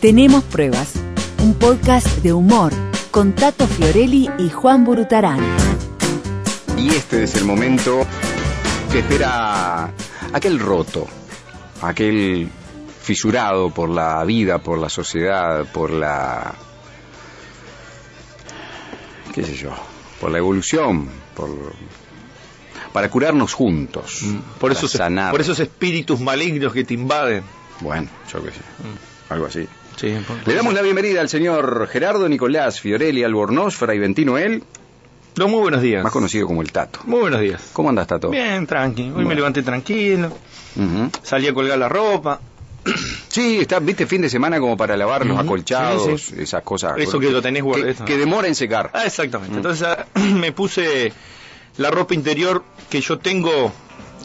Tenemos pruebas. Un podcast de humor con Tato Fiorelli y Juan Burutarán. Y este es el momento que espera aquel roto, aquel fisurado por la vida, por la sociedad, por la... qué sé yo, por la evolución, por... para curarnos juntos, Mm, Por para esos, sanar. por esos espíritus malignos que te invaden. Bueno, yo qué sé, Mm. algo así. Sí, Le damos la bienvenida al señor Gerardo Nicolás Fiorelli Albornoz, Fray Ventino él, No, muy buenos días. más conocido como el Tato. Muy buenos días. ¿Cómo andas, Tato? Bien, tranqui. Hoy me levanté tranquilo. Ujú. Salí a colgar la ropa. Sí, está, viste, fin de semana como para lavar los Ujú. acolchados, Sí, sí. esas cosas. Eso que lo tenés guardado. Que, que demora en secar. Ah, exactamente. Mm. Entonces ah, me puse la ropa interior que yo tengo,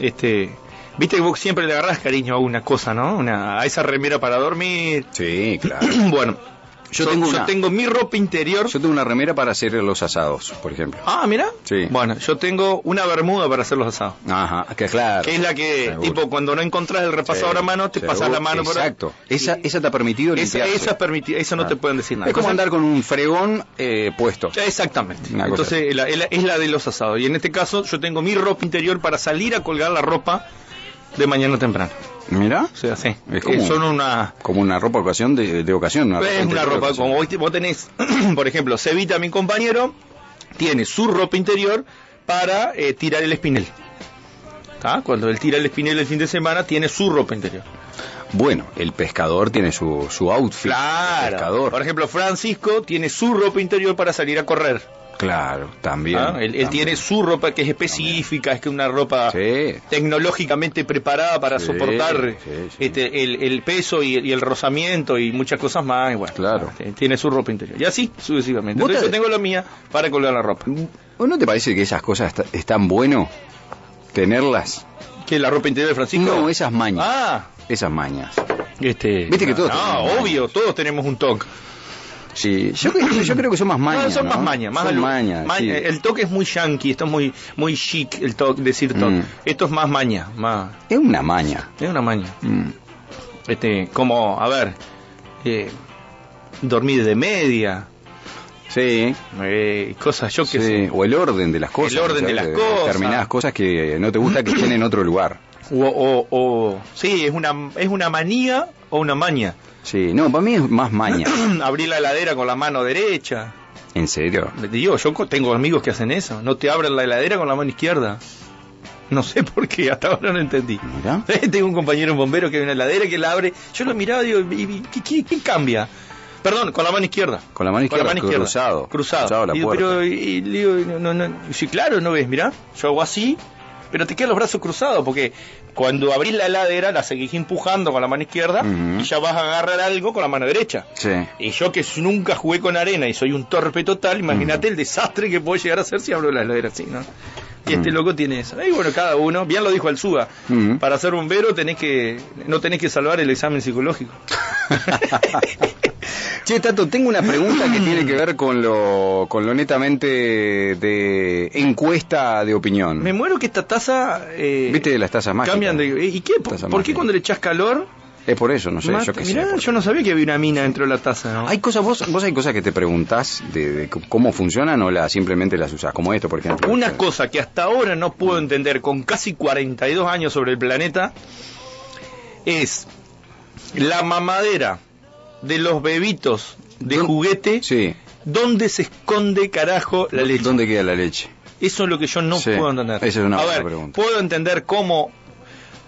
este... Viste que vos siempre le agarrás cariño a una cosa, ¿no? Una, a esa remera para dormir. Sí, claro. bueno, Yo tengo una- yo tengo mi ropa interior. Yo tengo una remera para hacer los asados, por ejemplo. Ah, mira. Sí. Bueno, yo tengo una bermuda para hacer los asados. Ajá, que claro. Que es la que, Seguro. tipo, cuando no encontrás el repasador Sí, a mano, te seguro. pasas la mano por ahí. Exacto. Esa, esa te ha permitido Esa, limpiarse. esa es permitida, esa no Ah. te pueden decir nada. Es como Cosa- andar con un fregón eh, puesto. Exactamente. Una cosa Entonces, es la, es la- es la de los asados. Y en este caso, yo tengo mi ropa interior para salir a colgar la ropa de mañana temprano. Mira, O sea, sí. Es como- Eh, Son una... como una ropa ocasión de, de ocasión. Es una interior de ropa, ocasión. como vos, vos tenés, por ejemplo, Cevita, mi compañero, tiene su ropa interior para eh, tirar el espinel. ¿Tá? Cuando él tira el espinel el fin de semana, tiene su ropa interior. Bueno, el pescador tiene su, su outfit. El Claro. pescador. Por ejemplo, Francisco tiene su ropa interior para salir a correr. Claro, también. ¿ah? Él, él también. tiene su ropa que es específica, es que una ropa Sí. tecnológicamente preparada para Sí, soportar sí, sí. este, el, el peso y el, y el rozamiento y muchas cosas más. y bueno, Claro. ah, t- Tiene su ropa interior. Y así sucesivamente. ¿Vos Entonces te- Mm. yo tengo la mía para colgar la ropa. ¿O no te parece que esas cosas est- están bueno tenerlas? ¿Qué la ropa interior de Francisco? No, esas mañas. Ah, Esas mañas. este. Viste que todos No, tenemos obvio, todos tenemos un toque. Sí, yo, cre- yo creo que son más mañas. No, son ¿no? más mañas, más Son alu- mañas, ma- sí. eh, El toque es muy yankee, esto es muy muy chic el toque, decir toque. Mm. Esto es más maña, más Es una maña. es una maña. Mm. Este, como a ver, eh, dormir de media, Sí, eh, cosas yo que sí. sé, O el orden de las cosas. El orden de las cosas. Determinadas cosas que no te gusta que estén en otro lugar. o, o, o- sí, es una es una manía o una maña. Sí, no, para mí es más maña. Abrir la heladera con la mano derecha. ¿En serio? Le digo, yo co- tengo amigos que hacen eso, no te abren la heladera con la mano izquierda. No sé por qué, hasta ahora no entendí. Mirá. Tengo un compañero, un bombero, que hay una heladera que la abre. Yo lo miraba y digo, ¿y- y- ¿qué, qué- qué cambia? Perdón, con la mano izquierda. Con la mano izquierda, cruzado. Cruzado. Cruzado la Digo, puerta. pero, y, le digo, no, no, no. Sí, claro, no ves, mirá. Yo hago así, pero te quedan los brazos cruzados, porque cuando abrís la heladera la seguís empujando con la mano izquierda Ujú. y ya vas a agarrar algo con la mano derecha. Sí. Y yo que nunca jugué con arena y soy un torpe total, Mm. imagínate el desastre que puedo llegar a hacer si abro la heladera así, ¿no? Y este Mm. loco tiene eso. Y bueno, cada uno, bien lo dijo el Suba, Mm. para ser bombero tenés que, no tenés que salvar el examen psicológico. Che, Tato, tengo una pregunta que tiene que ver con lo, con lo netamente de encuesta de opinión. Me muero que esta taza... eh, Mm. ¿Viste las tazas mágicas? Cambian de... ¿Y qué? ¿Por, Taza por qué mágica. cuando le echas calor? Es por eso, no sé, mata? yo qué sé, Mirá, por- yo no sabía que había una mina dentro de la taza, ¿no? Hay cosas, vos, vos hay cosas que te preguntás de, de c- cómo funcionan o la, simplemente las usás, como esto, por ejemplo. Una Sí. cosa que hasta ahora no puedo entender con casi 42 años sobre el planeta es la mamadera de los bebitos de ¿Dó- juguete. Sí. ¿Dónde se esconde carajo la leche? ¿Dónde queda la leche? Eso es lo que yo no Sí, puedo entender. esa es una A buena ver, pregunta. puedo entender cómo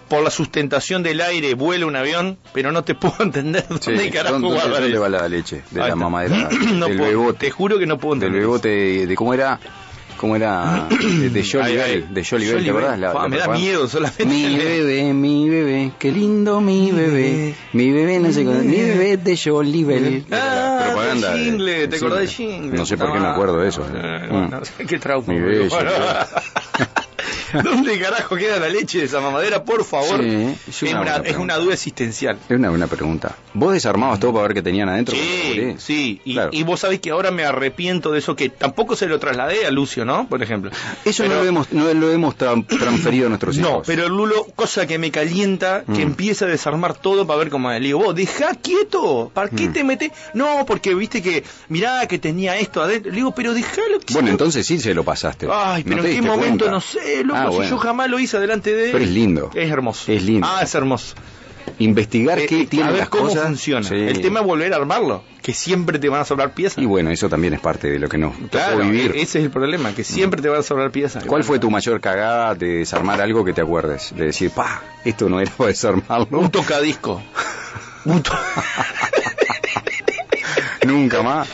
por la sustentación del aire vuela un avión, pero no te puedo entender Sí. dónde carajo ¿Dónde, guarda la dónde leche. va la leche? De la Ahí está. mamadera. No del puedo, bebote. Te juro que no puedo Del entender. bebote, de, de cómo era. ¿Cómo era? De, de Jolly Ahí, ahí. Bell. De Jolly Bell, Jolly ¿te acordás? Bell. La- Fa, la me da propaganda. miedo solamente. Mi bebé, mi bebé, qué lindo mi bebé. bebé. Mi bebé, no sé cuándo. Mi bebé de Jolly Bell. Ah, Era la de de- Jingle, de ¿te acordás de Jingle. Jingle? Ah. No sé por qué me acuerdo de eso. No, ¿eh? no, Mm. no sé, qué trauma. Mi bebé, Bueno. Jingle. ¿Dónde carajo queda la leche de esa mamadera? Por favor. Sí, es, es una una buena es una pregunta. duda existencial. Es una buena pregunta. ¿Vos desarmabas todo para ver qué tenían adentro? Sí, sí. Y, Claro. y vos sabés que ahora me arrepiento de eso que tampoco se lo trasladé a Lucio, ¿no? Por ejemplo. Eso Pero- no lo hemos, no lo hemos tra- transferido a nuestros hijos. No, pero el Lulo, cosa que me calienta, que Mm. empieza a desarmar todo para ver cómo es. Le digo, vos, dejá quieto, ¿para qué Mm. te metes? No, porque viste que, mirá que tenía esto adentro. Le digo, pero dejalo que Bueno, entonces sí se lo pasaste. Ay, ¿No pero te en diste qué momento, cuenta? no sé, loco, Ah, si bueno. yo jamás lo hice delante de él. Pero es lindo. Es hermoso. Es lindo. Ah, es hermoso. Investigar Eh, qué eh, tienen a ver las cómo cosas. funciona. Sí. El tema es volver a armarlo, que siempre te van a sobrar piezas. Y bueno, eso también es parte de lo que nos claro, tocó vivir. e- ese es el problema, que siempre te van a sobrar piezas. ¿Cuál fue tu mayor cagada de desarmar algo que te acuerdes? De decir, pa, esto no era para desarmarlo Un tocadisco. Un to- nunca más.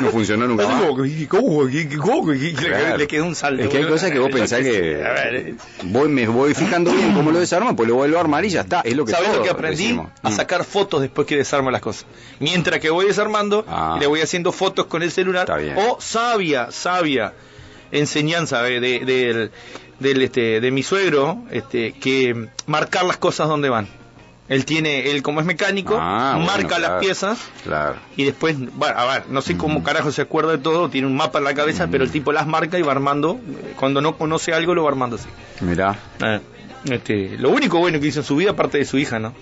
No funcionó nunca más. Así como, ¿qué- qué- cómo? ¿Qué- qué- qué- Claro. Le quedó un salto. Es que hay cosas que vos Yo pensás qué sé, que. a ver, eh. Voy, me voy fijando bien cómo lo desarmo, pues lo vuelvo a armar y ya está. Es lo que ¿Sabes lo todos que aprendí? decimos. A Mm. sacar fotos después que desarmo las cosas. Mientras que voy desarmando, Ah. le voy haciendo fotos con el celular. Está bien. O sabia, sabia enseñanza eh, de, del- del, este, de mi suegro, este, que mm, marcar las cosas donde van. Él tiene, él como es mecánico, Ah, bueno, marca las claro, piezas Claro. y después, bueno, a ver, no sé cómo carajo se acuerda de todo, tiene un mapa en la cabeza, pero el tipo las marca y va armando, cuando no conoce algo lo va armando así. Mirá. Ah, este, lo único bueno que hizo en su vida, aparte de su hija, ¿no?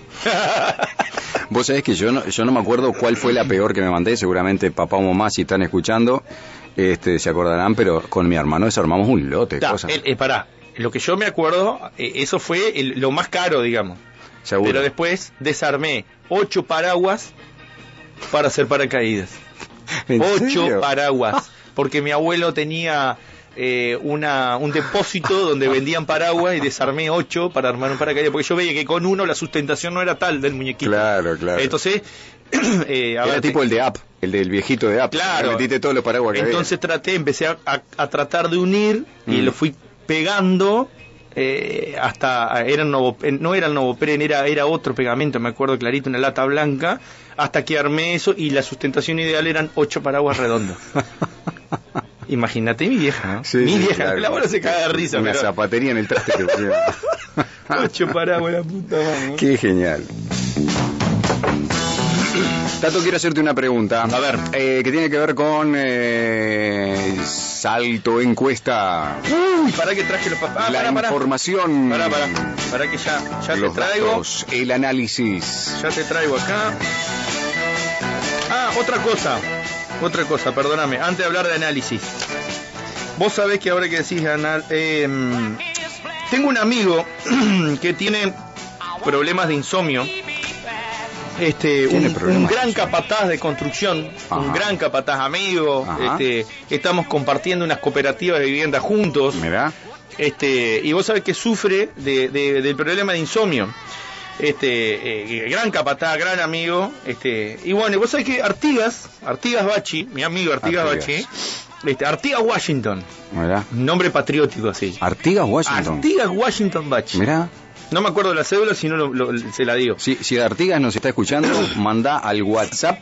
Vos sabés que yo no, yo no me acuerdo cuál fue la peor que me mandé, seguramente papá o mamá si están escuchando, este, se acordarán, pero con mi hermano desarmamos un lote de Ta, cosas. el- eh, pará, lo que yo me acuerdo, eh, eso fue el- lo más caro, digamos. Seguro. Pero después desarmé ocho paraguas para hacer paracaídas. ¿En Ocho serio? paraguas. Porque mi abuelo tenía eh, una, un depósito donde vendían paraguas y desarmé ocho para armar un paracaídas. Porque yo veía que con uno la sustentación no era tal del muñequito. Claro, claro. Entonces, eh, a Era ver, tipo te- el de App, el del viejito de App. Claro. Le metiste todos los paraguas que había. Entonces traté, empecé a, a- a tratar de unir y Mm. lo fui pegando eh, hasta eran novopen- no era el novopren, era era otro pegamento, me acuerdo clarito, una lata blanca, hasta que armé eso y la sustentación ideal eran ocho paraguas redondos. Imagínate mi vieja, ¿no? Sí, mi sí, vieja, claro. la abuela se caga de risa, Una pero zapatería en el traste que pusieron. ocho paraguas, la puta madre, ¿no? Qué genial. Tato, quiero hacerte una pregunta. A ver. Eh, que tiene que ver con eh, salto, encuesta, Uy, para que traje los Ah, papás, la para, para, información, para, para, para que ya, ya te los traigo. datos, el análisis. Ya te traigo acá. Ah, otra cosa. Otra cosa, perdóname. Antes de hablar de análisis. Vos sabés que ahora que decís anal... eh, mm, tengo un amigo que tiene problemas de insomnio. Este, un, Tiene problemas un de gran insomnio. capataz de construcción, un Ajá. gran capataz amigo, Ajá. este, estamos compartiendo unas cooperativas de vivienda juntos, Mirá, este, y vos sabés que sufre de- de- del problema de insomnio. Este, eh, gran capatá, gran amigo. Este, y bueno, y vos sabés que Artigas, Artigas Bachi, mi amigo Artigas, Artigas. Bachi, este, Artigas Washington, mirá. nombre patriótico así. Artigas, Washington. Artigas Washington Bachi. Mirá, No me acuerdo la cédula, si no lo- lo- se la digo. si, si Artigas nos está escuchando, manda al WhatsApp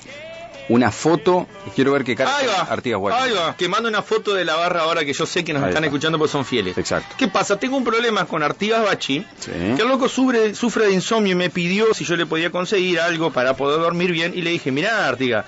una foto. Quiero ver qué cara Ahí va, Artigas, Washington. ahí va, que manda una foto de la barra ahora que yo sé que nos Ahí están está. escuchando porque son fieles. Exacto. ¿Qué pasa? Tengo un problema con Artigas Bachi, Sí. que el loco sufre, sufre de insomnio y me pidió si yo le podía conseguir algo para poder dormir bien y le dije, mirá Artigas,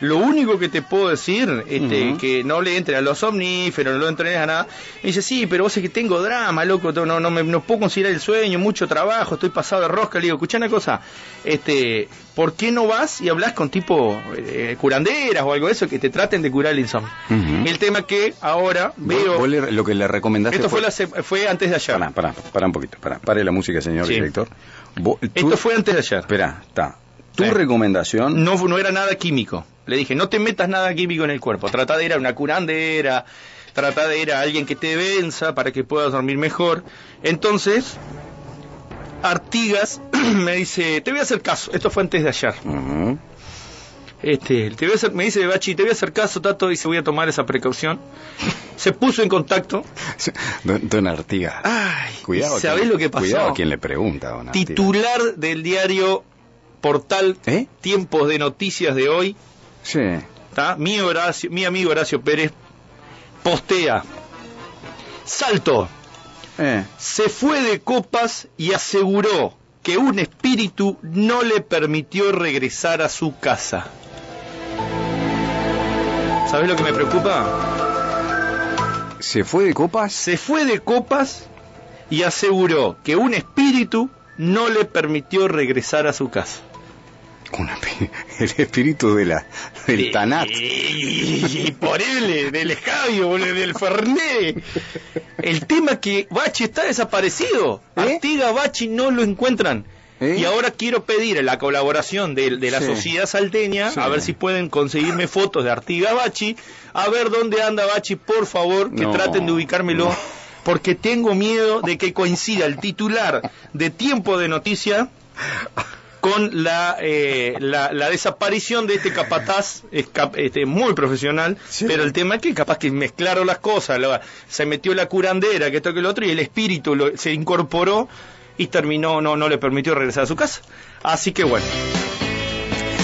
lo único que te puedo decir, este, Ujú. que no le entre a los omníferos, no lo entrenes a nada. Me dice, sí, pero vos es que tengo drama, loco, no, no, me, no puedo considerar el sueño, mucho trabajo, estoy pasado de rosca. Le digo, escuchá una cosa, este, ¿por qué no vas y hablas con tipo eh, curanderas o algo de eso que te traten de curar el insomnio? Ujú. El tema que ahora Vos- veo... vos le- lo que le recomendaste Esto fue, la se- fue antes de ayer. Pará, pará, pará un poquito, pará. Pare la música, señor Sí. director. Vos- tú- Esto fue antes de ayer. Esperá, está. Tu Sí. recomendación... No, no era nada químico. Le dije, no te metas nada químico en el cuerpo. Trata de ir a una curandera, trata de ir a alguien que te venza para que puedas dormir mejor. Entonces, Artigas me dice, te voy a hacer caso. Esto fue antes de ayer. Ujú. Este, te voy a hacer- me dice Bachi, te voy a hacer caso, Tato, dice, voy a tomar esa precaución. Se puso en contacto. Don, don Artigas. Ay, Cuidado. a Ah, ¿sabés quien- lo que pasó? Cuidado a quien le pregunta, don Artigas. Titular del diario Portal ¿Eh? Tiempos de Noticias de hoy. Sí. ¿tá? Mi, Horacio- mi amigo Horacio Pérez postea. Salto. Eh. se fue de copas y aseguró que un espíritu no le permitió regresar a su casa. ¿Sabes lo que me preocupa? ¿Se fue de copas? Se fue de copas y aseguró que un espíritu no le permitió regresar a su casa. Una pe- el espíritu de la, del Tanat. Y, por él, del escabio, boludo, del Ferné. El tema que Bachi está desaparecido. ¿Eh? Artiga Bachi no lo encuentran. ¿Eh? Y ahora quiero pedir la colaboración de, de la Sí. sociedad salteña, Sí. Ah. a ver si pueden conseguirme fotos de Artiga Bachi, a ver dónde anda Bachi, por favor, que No. traten de ubicármelo, No. porque tengo miedo de que coincida el titular de Tiempo de Noticia con la, eh, la, la desaparición de este capataz es cap- este, muy profesional, Sí. pero el tema es que capaz que mezclaron las cosas, la- se metió la curandera, que esto que el otro, y el espíritu lo- se incorporó y terminó, no, no le permitió regresar a su casa. Así que bueno,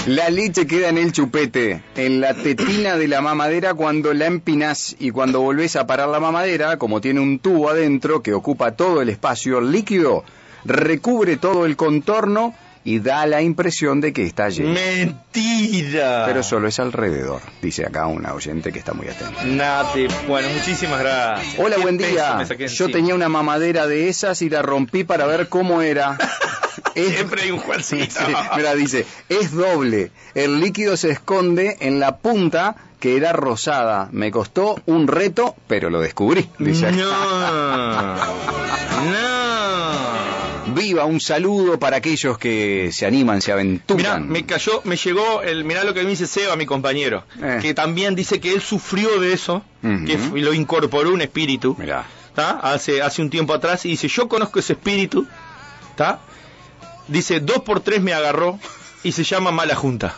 La leche queda en el chupete, en la tetina de la mamadera cuando la empinás y cuando volvés a parar la mamadera, como tiene un tubo adentro que ocupa todo el espacio líquido, recubre todo el contorno y da la impresión de que está lleno. mentira. Pero solo es alrededor, dice acá una oyente que está muy atenta. Nada, te- bueno, muchísimas gracias. Hola, Qué buen peso día. me saqué Yo encima. tenía una mamadera de esas y la rompí para ver cómo era. Es- Siempre hay un Sí, Juancito. mira, dice, es doble. El líquido se esconde en la punta que era rosada. Me costó un reto, pero lo descubrí. Dice acá. No. No. Viva, un saludo para aquellos que se animan, se Mirá, aventuran. me cayó, me llegó el, mirá lo que me dice Seba, mi compañero, Eh. que también dice que él sufrió de eso, Ujú. que fu- lo incorporó un espíritu, Mirá. ¿tá? Hace, hace un tiempo atrás, y dice, yo conozco ese espíritu, ¿tá? Dice, dos por tres me agarró y se llama mala junta.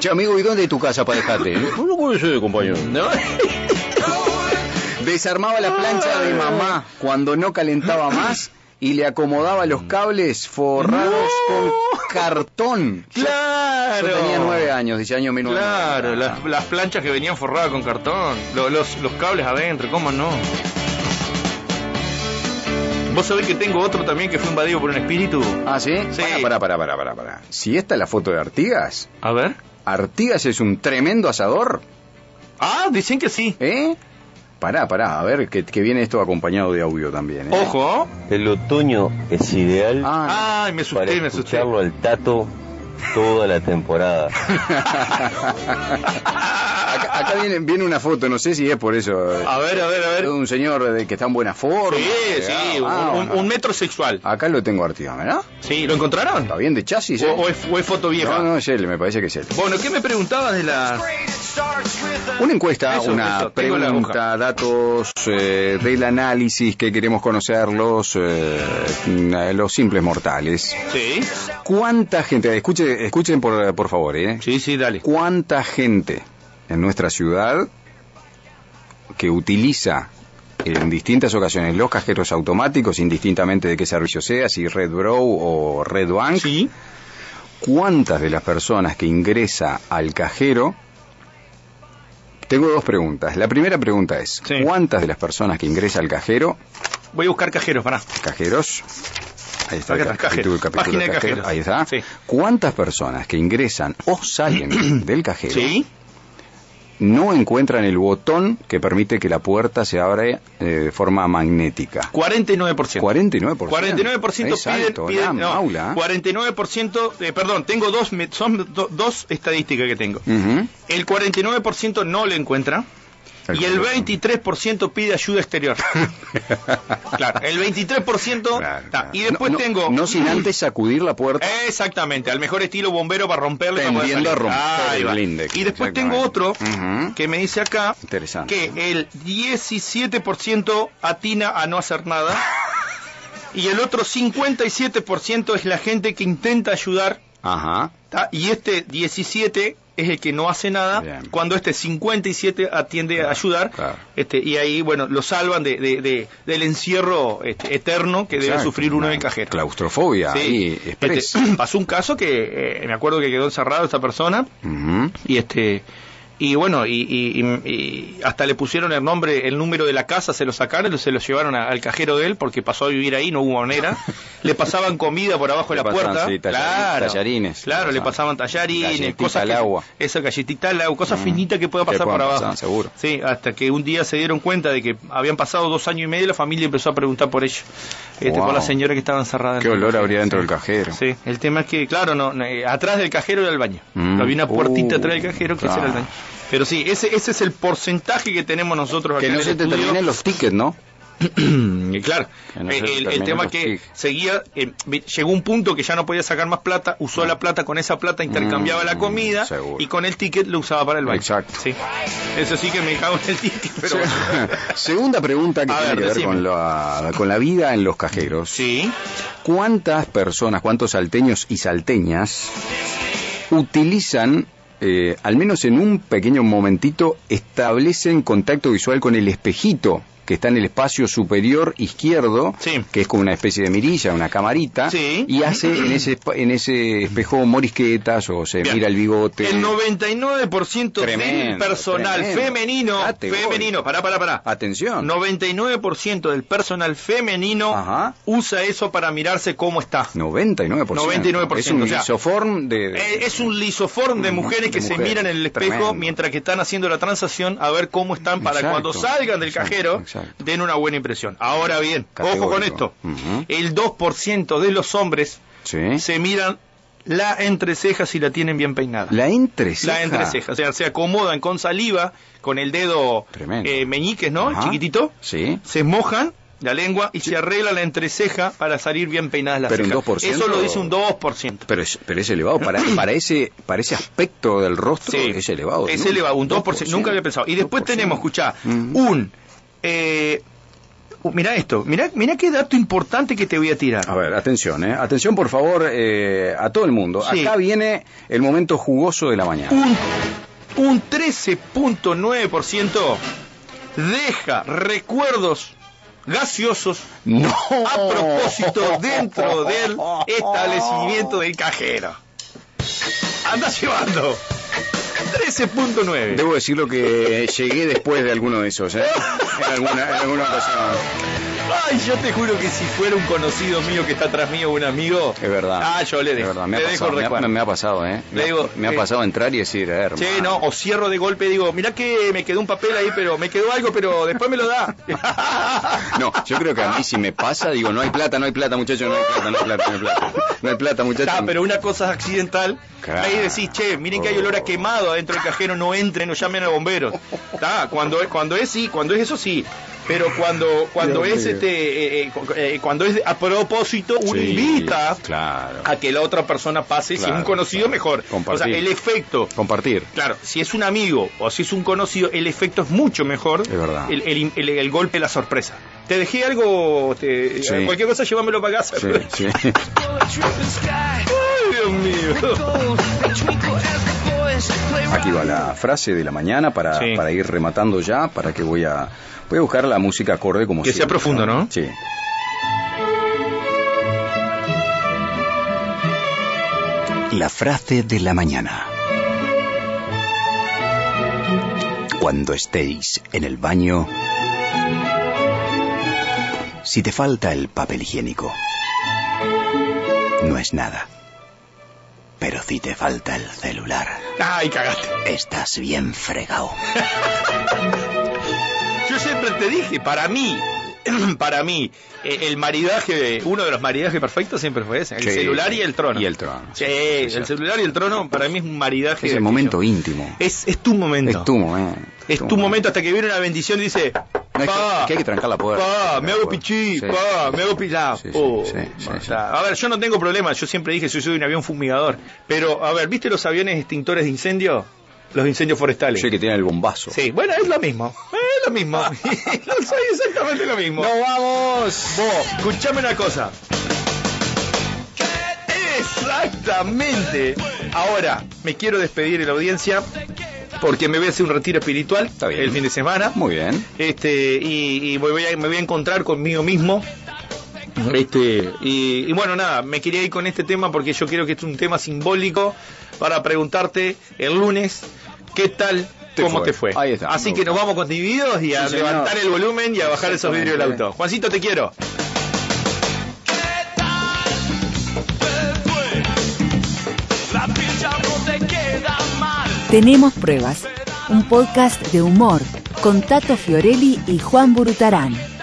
Che, amigo, ¿y dónde es tu casa para dejarte? No puede ser, compañero. ¿No? Desarmaba la plancha de mamá cuando no calentaba más y le acomodaba los cables forrados No. con cartón. Yo- claro. Yo tenía nueve años, dice año 1990. Claro, las, las planchas que venían forradas con cartón, lo- los, los cables adentro, ¿cómo no? Vos sabés que tengo otro también que fue invadido por un espíritu. ¿Ah, sí? Sí. Para, para, para, para, para. Si esta es la foto de Artigas, A ver. Artigas es un tremendo asador, Ah, dicen que sí. ¿eh? Pará, pará, a ver, que, que viene esto acompañado de audio también, ¿eh? Ojo. El otoño es ideal Ah, Ay, me para asusté, me asusté. escucharlo al tato toda la temporada. acá, acá viene, viene una foto, no sé si es por eso. eh, A ver, a ver, a de ver. un señor de que está en buena forma. Sí, eh, ah, sí, un, bueno. Ah. un metro sexual. Acá lo tengo Artigas, ¿verdad? Sí, ¿lo encontraron? Está bien de chasis, O, ¿eh? o es, o es foto vieja. No, no, es él, me parece que es él. Bueno, ¿qué me preguntabas de la...? Una encuesta, Eso, una eso, tengo la pregunta, datos eh, del análisis que queremos conocer los, eh, los simples mortales. Sí. ¿Cuánta gente, escuchen, escuchen por, por favor, eh? Sí, sí, dale. ¿Cuánta gente en nuestra ciudad que utiliza en distintas ocasiones los cajeros automáticos, indistintamente de qué servicio sea, si Red Bro o Red Bank, Sí. ¿Cuántas de las personas que ingresa al cajero? Tengo dos preguntas. La primera pregunta es, Sí. ¿cuántas de las personas que ingresa al cajero, Voy a buscar cajeros, pará. cajeros? Ahí está, Acá está, el capítulo, cajero. el capítulo Página de cajero, cajeros. Ahí está. Sí. ¿Cuántas personas que ingresan o salen del cajero Sí. no encuentran el botón que permite que la puerta se abra eh, de forma magnética? 49%. 49%. 49% Es alto, piden, piden- la no, maula. 49%, eh, perdón, tengo dos, me- son do- dos estadísticas que tengo. Ujú. El 49% no lo encuentra y el 23% pide ayuda exterior. claro, el 23% Claro, ta, claro. y después No, no, tengo Eh, No sin antes sacudir la puerta. Exactamente, al mejor estilo bombero para romperlo. Tendiendo a romper Ahí el va. blinde, Y después tengo exactamente. otro Ujú. que me dice acá Interesante. que el 17% atina a no hacer nada y el otro 57% es la gente que intenta ayudar Ajá. ¿tá? y este 17 es el que no hace nada Bien. cuando este 57 atiende a ayudar claro. este y ahí bueno lo salvan de, de- de- del encierro este, eterno que debe Exacto, sufrir una uno en el cajero Claustrofobia, Sí. ahí, Este, expresa. pasó un caso que eh, me acuerdo que quedó encerrado esta persona Ujú. y este Y bueno, y, y- y- y hasta le pusieron el nombre, el número de la casa, se lo sacaron, se lo llevaron a- al cajero de él porque pasó a vivir ahí, no hubo manera. le pasaban comida por abajo de Le la pasaban, puerta. sí, tallarín- claro, tallarines. Claro, le pasaban tallarines, Galletita cosas. al que- agua. Esa galletita al agua, cosas Mm, finitas que pueda que pasar por puedan abajo. pasar, seguro. Sí, hasta que un día se dieron cuenta de que habían pasado dos años y medio y la familia empezó a preguntar por ellos. Este, Wow. Por la señora que estaba encerrada. en Qué la olor cocina, habría dentro sí. del cajero. Sí, el tema es que, claro, no, no, eh, atrás del cajero era el baño. Mm. Había una puertita Uh, atrás del cajero que ese era el claro. baño. Pero sí, ese, ese es el porcentaje que tenemos nosotros Que acá no en el se te estudio. terminen los tickets, ¿no? Y claro, Que no eh, se te el, el terminen tema los que tics. seguía, eh, vi- llegó un punto que ya no podía sacar más plata, usó la plata, con esa plata intercambiaba la Mm, comida seguro. y con el ticket lo usaba para el baño. Exacto. Sí. Eso sí que me cago en el ticket, pero bueno. Segunda pregunta que A tiene ver, que ver decime. con la, con la vida en los cajeros. Sí. ¿Cuántas personas, cuántos salteños y salteñas utilizan, eh, al menos en un pequeño momentito, establecen contacto visual con el espejito que está en el espacio superior izquierdo, Sí. que es como una especie de mirilla, una camarita, Sí. y hace en ese, esp- en ese espejo morisquetas o se Bien. mira el bigote? El 99% del Tremendo, personal tremendo. femenino, Date, voy. femenino, pará, pará, pará. Ah, Atención. 99% del personal femenino Ajá. usa eso para mirarse cómo está. 99%. 99%, Es un o sea, isoform de... de- Eh, Es un lisoform de Mm, mujeres de que se mujeres. miran en el espejo Tremendo. mientras que están haciendo la transacción a ver cómo están para Exacto, cuando salgan del exacto, cajero exacto. den una buena impresión. Ahora bien, ojo con Categórico. esto. Ujú. ¿Eh? El 2% de los hombres Sí. se miran la entreceja si la tienen bien peinada. La entreceja. La entreceja, o sea, se acomodan con saliva, con el dedo Tremendo. eh, meñiques, ¿no? El Ajá. Chiquitito. Sí. se mojan la lengua y se arregla la entreceja para salir bien peinadas las Pero un cejas. 2%. Eso lo dice un 2%. Pero es, pero es elevado para, para ese para ese aspecto del rostro Sí. es elevado. Es ¿no? elevado, un 2%, Nunca había pensado. Y después 2%. tenemos, escuchá, Ujú. un... Eh, uh, mirá esto, mirá, mirá qué dato importante que te voy a tirar. A ver, atención, ¿eh? Atención, por favor, eh, a todo el mundo. Sí. Acá viene el momento jugoso de la mañana. Un, un 13.9% deja recuerdos gaseosos No. a propósito dentro del establecimiento del cajero. Anda llevando. 13.9. Debo decirlo que llegué después de alguno de esos, ¿eh? En alguna, en alguna ocasión. Ay, yo te juro que si fuera un conocido mío que está atrás mío, un amigo. Es verdad. Ah, yo le Es dejo. verdad, Me, le ha dejo pasado, me, ha- recuerdo. me ha pasado, ¿eh? Le Me, ha- digo, me ha eh, pasado entrar y decir, eh, hermano. Che, no, o cierro de golpe y digo, mirá que me quedó un papel ahí, pero me quedó algo, pero después me lo da. No, yo creo que a mí si me pasa, digo, no hay plata, no hay plata, muchachos, no hay plata, no hay plata, no hay plata. No hay plata, muchachos. Está, Ah, pero una cosa es accidental. Claro. Oh. Ahí decís, che, miren que hay olor a quemado adentro del cajero, no entren, no llamen a bomberos. Está, cuando, es- cuando es sí, cuando es eso sí. Pero cuando, cuando Dios es mío. este, eh, eh, cu- eh, cuando es a propósito, uno Sí, invita Claro. a que la otra persona pase, si es Claro, un conocido claro. mejor. Compartir. O sea, el efecto. Compartir. Claro, si es un amigo o si es un conocido, el efecto es mucho mejor. Es verdad. El, el- el- el golpe, la sorpresa. Te dejé algo, te- Sí. cualquier cosa, llévamelo para casa. Sí, sí. Ay, Dios mío. Aquí va la frase de la mañana para, Sí. para ir rematando ya, para que voy a voy a buscar la música acorde como Que sea siempre, profundo, ¿no? Sí. La frase de la mañana. Cuando estéis en el baño, si te falta el papel higiénico, no es nada. Pero si te falta el celular, Ay, cagaste. estás bien fregado. Yo siempre te dije, para mí, para mí, eh, el maridaje, uno de los maridajes perfectos siempre fue ese, el Sí, celular y el trono. y el trono. Sí, Es el cierto. celular y el trono para mí es un maridaje. Es de el momento aquello. íntimo. Es, es tu momento. Es tu momento. Es tu momento hasta que viene una bendición y dice, No, es que- pa, es que hay que trancar la puerta. pa, me hago Sí, pichí, sí, pa, sí, me hago pichá. sí, sí, Oh, sí, sí, basta. sí. A ver, yo no tengo problema, yo siempre dije, yo soy un avión fumigador. Pero, a ver, ¿viste los aviones extintores de incendio? Los incendios forestales. Yo que tiene el bombazo. Sí, bueno, es lo mismo. Es lo mismo. No soy exactamente lo mismo. ¡No vamos! Vos, escuchame una cosa. Exactamente. Ahora, me quiero despedir de la audiencia porque me voy a hacer un retiro espiritual Está bien. el fin de semana. Muy bien. Este, y, y me, voy a, me voy a encontrar conmigo mismo. Este, y, y bueno, nada, me quería ir con este tema porque yo creo que es un tema simbólico para preguntarte el lunes qué tal cómo fue. te fue. Ahí está. Así Me que nos gusta. vamos con divididos y a Sí, señor. levantar el volumen y a bajar esos vidrios del Exactamente. auto. Juancito, te quiero. Tenemos pruebas. Un podcast de humor con Tato Fiorelli y Juan Burutarán.